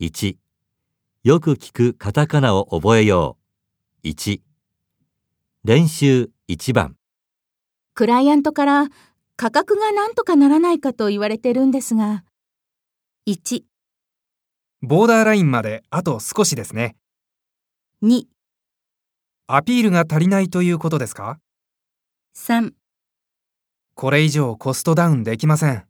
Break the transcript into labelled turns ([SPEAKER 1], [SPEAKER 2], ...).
[SPEAKER 1] 1、よく聞くカタカナを覚えよう。1、練習1番、
[SPEAKER 2] クライアントから価格がなんとかならないかと言われてるんですが。1、
[SPEAKER 3] ボーダーラインまであと少しですね。
[SPEAKER 2] 2、
[SPEAKER 3] アピールが足りないということですか
[SPEAKER 2] 3。
[SPEAKER 3] これ以上コストダウンできません。